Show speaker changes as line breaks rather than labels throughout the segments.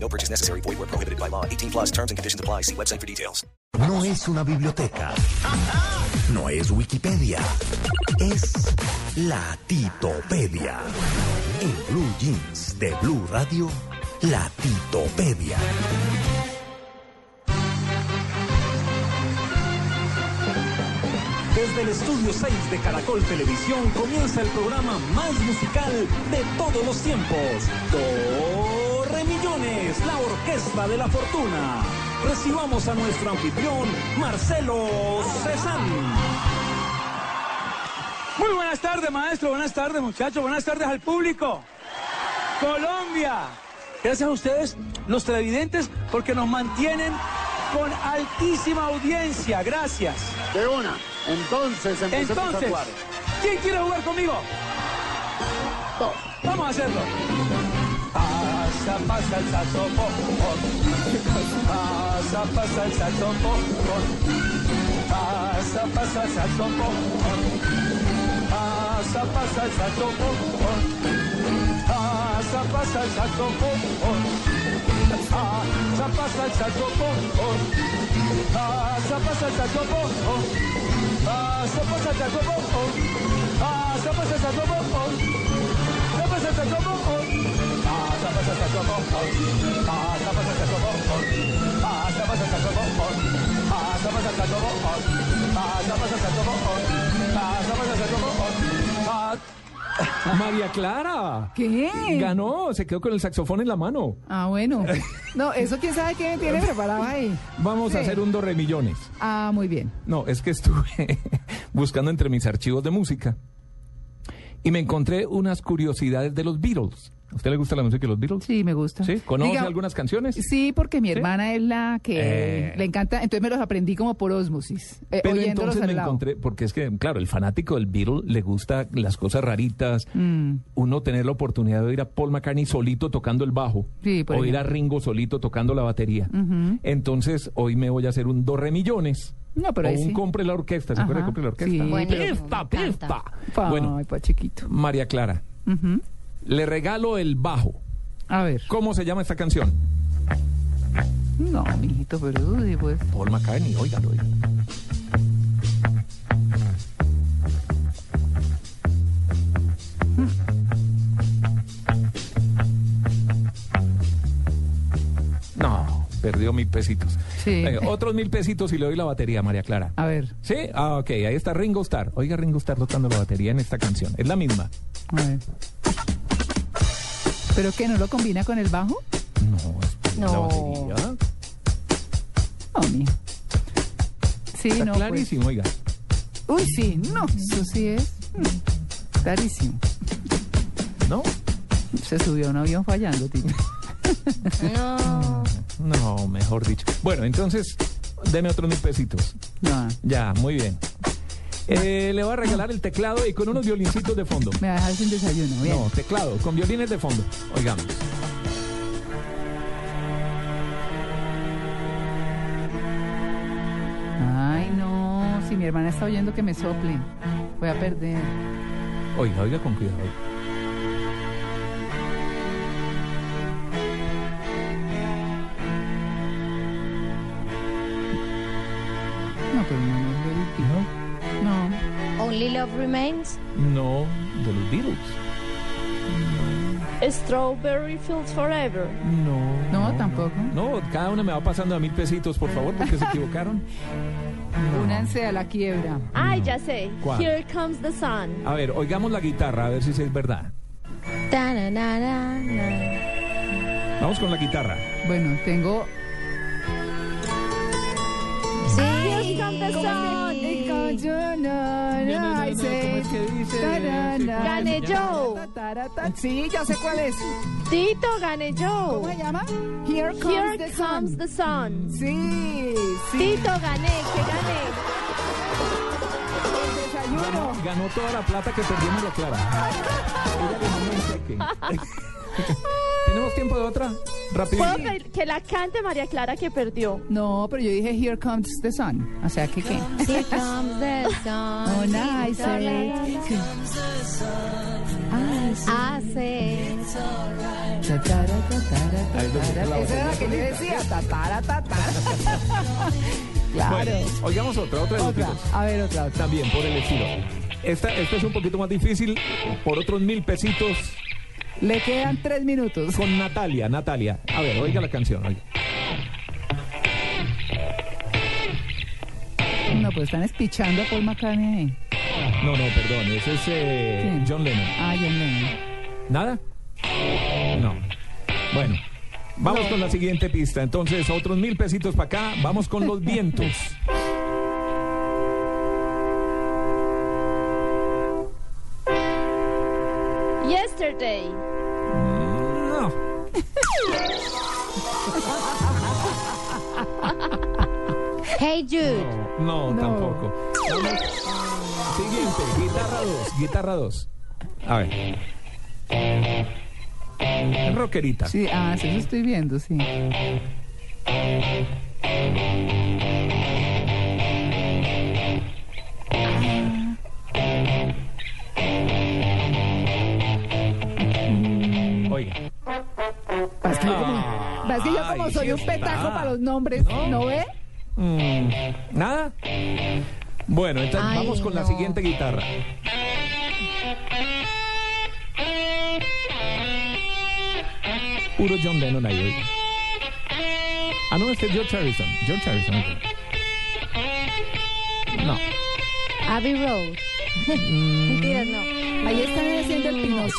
No purchase necessary. Void where prohibited by law. 18 plus terms and conditions apply. See website for details.
No es una biblioteca. No es Wikipedia. Es la Titopedia. En Blue Jeans de Blue Radio, la Titopedia.
Desde el estudio 6 de Caracol Televisión comienza el programa más musical de todos los tiempos. Torre Millones, la orquesta de la fortuna. Recibamos a nuestro anfitrión, Marcelo Cezanne. Muy buenas tardes, maestro. Buenas tardes, muchachos. Buenas tardes al público. Colombia. Gracias a ustedes, los televidentes, porque nos mantienen con altísima audiencia. Gracias.
De una. Entonces empecemos a
Entonces,
jugar.
¿quién quiere jugar conmigo?
Todos.
Vamos a hacerlo. Pasa, pasa el saxofón. Pasa, pasa el saxofón. Pasa, pasa el saxofón. Pasa, pasa el saxofón. Pasa, pasa el saxofón. Pasa, pasa el saxofón. Pasa, pasa el saxofón. Pasa, pasa el saxofón. Pasa, pasa el saxofón.
María Clara.
¿Qué?
Ganó, se quedó con el saxofón en la mano.
Ah, bueno. No, eso quién sabe qué me tiene preparado ahí.
Vamos a
Sí.
hacer un do re millones.
Ah, muy bien.
No, es que estuve buscando entre mis archivos de música y me encontré unas curiosidades de los Beatles. ¿A usted le gusta la música de los Beatles?
Sí, me gusta.
¿Sí? ¿Conoce
Diga-
algunas canciones?
Sí, porque mi hermana es la que
Eh.
le encanta. Entonces me los aprendí como por osmosis, eh,
Pero
oyéndolos
entonces
al
me
lado.
encontré, porque es que, claro, el fanático del Beatle le gusta las cosas raritas.
Mm.
Uno tener la oportunidad de oír a Paul McCartney solito tocando el bajo.
Sí, por
o ir a
ejemplo.
Ringo solito tocando la batería. Entonces, hoy me voy a hacer un do re millones.
No, pero
o
ahí
un
sí.
compre la orquesta, ¿se acuerda de
Ajá,
compre la orquesta?
sí.
Buenísimo,
Pista,
me encanta.
pista. Bueno,
Ay, pa' chiquito.
María Clara,
Ujú.
le regalo el bajo.
A ver.
¿Cómo se llama esta canción?
No, mijito, pero dude, pues.
Paul McCartney, óigalo, oiga. Hmm. No, perdió mil pesitos.
Sí.
Venga, otros mil pesitos y le doy la batería, María Clara.
A ver,
¿Sí? Ah, ok, ahí está Ringo Starr. Oiga, Ringo Starr tocando la batería en esta canción. Es la misma.
a ver. ¿Pero qué? ¿No lo combina con el bajo?
No, es la
No.
batería.
No, mijo. Sí,
Está
no. pues.
clarísimo, oiga.
Uy, sí, no. Eso sí es. mm, Clarísimo.
¿No?
Se subió a un avión fallando, Tito.
No.
No, mejor dicho. Bueno, entonces, deme otros mil pesitos.
No,
Ya, muy bien. Eh, le voy a regalar el teclado y con unos violincitos de fondo.
me va a dejar sin desayuno. Bien.
No, teclado, con violines de fondo. Oigamos.
Ay, no. Si mi hermana está oyendo que me sople, voy a perder.
Oiga, oiga con cuidado.
No, pero no, no, no. No. no.
Only Love Remains.
No, de los Beatles.
Strawberry Fields Forever.
No.
No, tampoco.
No, cada una me va pasando a mil pesitos, por favor, porque se equivocaron.
Únanse a la quiebra.
Ay, ya sé.
¿Cuál?
Here Comes the Sun.
A ver, oigamos la guitarra, a ver si es verdad.
Ta-na-na-na-na.
Vamos con la guitarra.
Bueno, tengo.
Sí.
Ay, con yo no, no, I say,
que dice?
ta-ra-ra.
Gané yo.
Ta-ta-ta-ta-ta. tarata. Sí, ya sé cuál es.
Tito, gané yo.
¿Cómo se llama? Here comes
Here
the
comes
sun.
the sun.
Sí, sí.
Tito, gané, que gané.
el desayuno.
Ganó toda la plata que perdimos la Clara. Ella ganó un cheque. ¿Tenemos tiempo de otra? Rápido.
Puedo pedir que la cante María Clara que perdió.
No, pero yo dije Here comes the sun. O sea, que qué.
Here comes the
Oh,
sun.
nice. Ah,
Ah, Hace.
Ahí lo busca la
Esa era la que yo decía. Tatara, tatara.
Bueno,
Claro.
oigamos otra, otra de los
Otra.
Beatles.
A ver, otra, otra.
También por el estilo. Esta, esta es un poquito más difícil. Por otros mil pesitos
Le quedan tres minutos.
con Natalia. Natalia. A ver, oiga la canción. oiga.
No, pues están espichando a Paul McCartney ahí.
No, no, perdón. Ese es eh,
¿Quién?
John Lennon.
Ah, John Lennon.
¿Nada? No. Bueno, vamos con la siguiente pista. Entonces, otros mil pesitos para acá. Vamos con los vientos.
Yesterday.
No.
Hey Jude.
No, tampoco. Vamos. Siguiente, guitarra 2, guitarra 2. A ver. Rockerita.
Sí, ah, sí, eso estoy viendo, sí.
Oiga.
Vas que yo como, vas que yo
Ah, Ay,
como soy
sí
un
está.
petaco para los nombres,
No.
¿no, ve?
Mm, ¿Nada? Bueno, entonces
Ay,
vamos con la
no.
siguiente guitarra. Puro John Lennon ahí. oiga. Ah, no, este es George Harrison. George Harrison. oiga. No.
Abbey Road. Mentiras, no.
Ahí están haciendo el pinocho.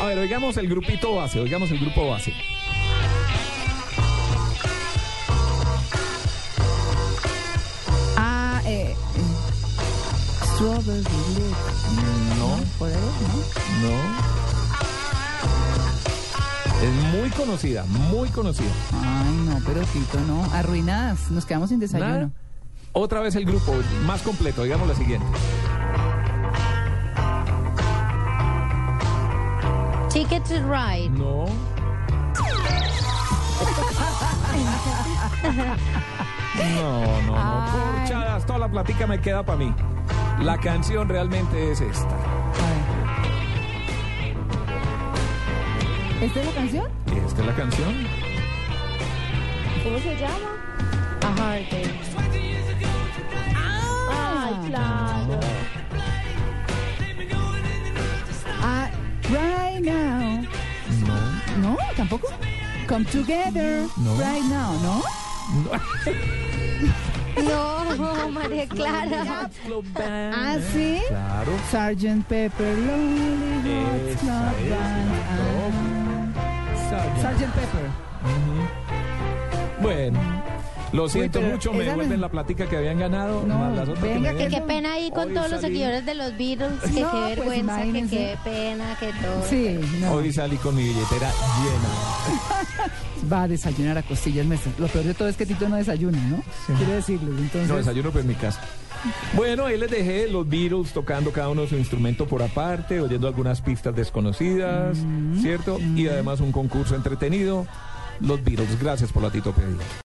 A ver, oigamos el grupito base, oigamos el grupo base.
Ah, eh. Strawberry Leaf.
No,
Por ahí, ¿no?
no. Es muy conocida, muy conocida.
Ay, no, pero Tito, no. Arruinadas, nos quedamos sin
Nada.
desayuno.
Otra vez el grupo, más completo, digamos la siguiente.
Ticket to Ride.
No. No, no, no. Porchadas, toda la platica me queda para mí. La canción realmente es esta.
A ver. ¿Esta es la canción?
¿Esta es la canción?
¿Cómo se llama? A Hard Day. Ay, claro.
Ah, right now. No. ¿No? ¿Tampoco? Come together.
No.
Right now, ¿no?
No, María Clara.
Ah, sí.
Claro.
Sgt. Pepper Lonely Hearts
Esa
Club
es,
Band. Ah, Sgt. Pepper.
Bueno, lo siento
pero
mucho, me
esa no-
devuelven la platica que habían ganado.
No,
más las otras que
venga,
me
que-
Qué
dieron.
pena ahí con
Hoy
todos los
salí-
seguidores de los Beatles. Que
No,
qué
pues,
vergüenza, que
imagínense.
qué pena, que todo.
Sí, no.
Hoy salí con mi billetera llena.
Va a desayunar a costillas mesas. Lo peor de todo es que Tito no desayuna, ¿no? Quiero decirles, entonces.
No, desayuno pues en mi casa. Bueno, ahí les dejé los Beatles tocando cada uno su instrumento por aparte, oyendo algunas pistas desconocidas,
Mm,
¿cierto? Y además un concurso entretenido. Los Beatles, gracias por la titopedia.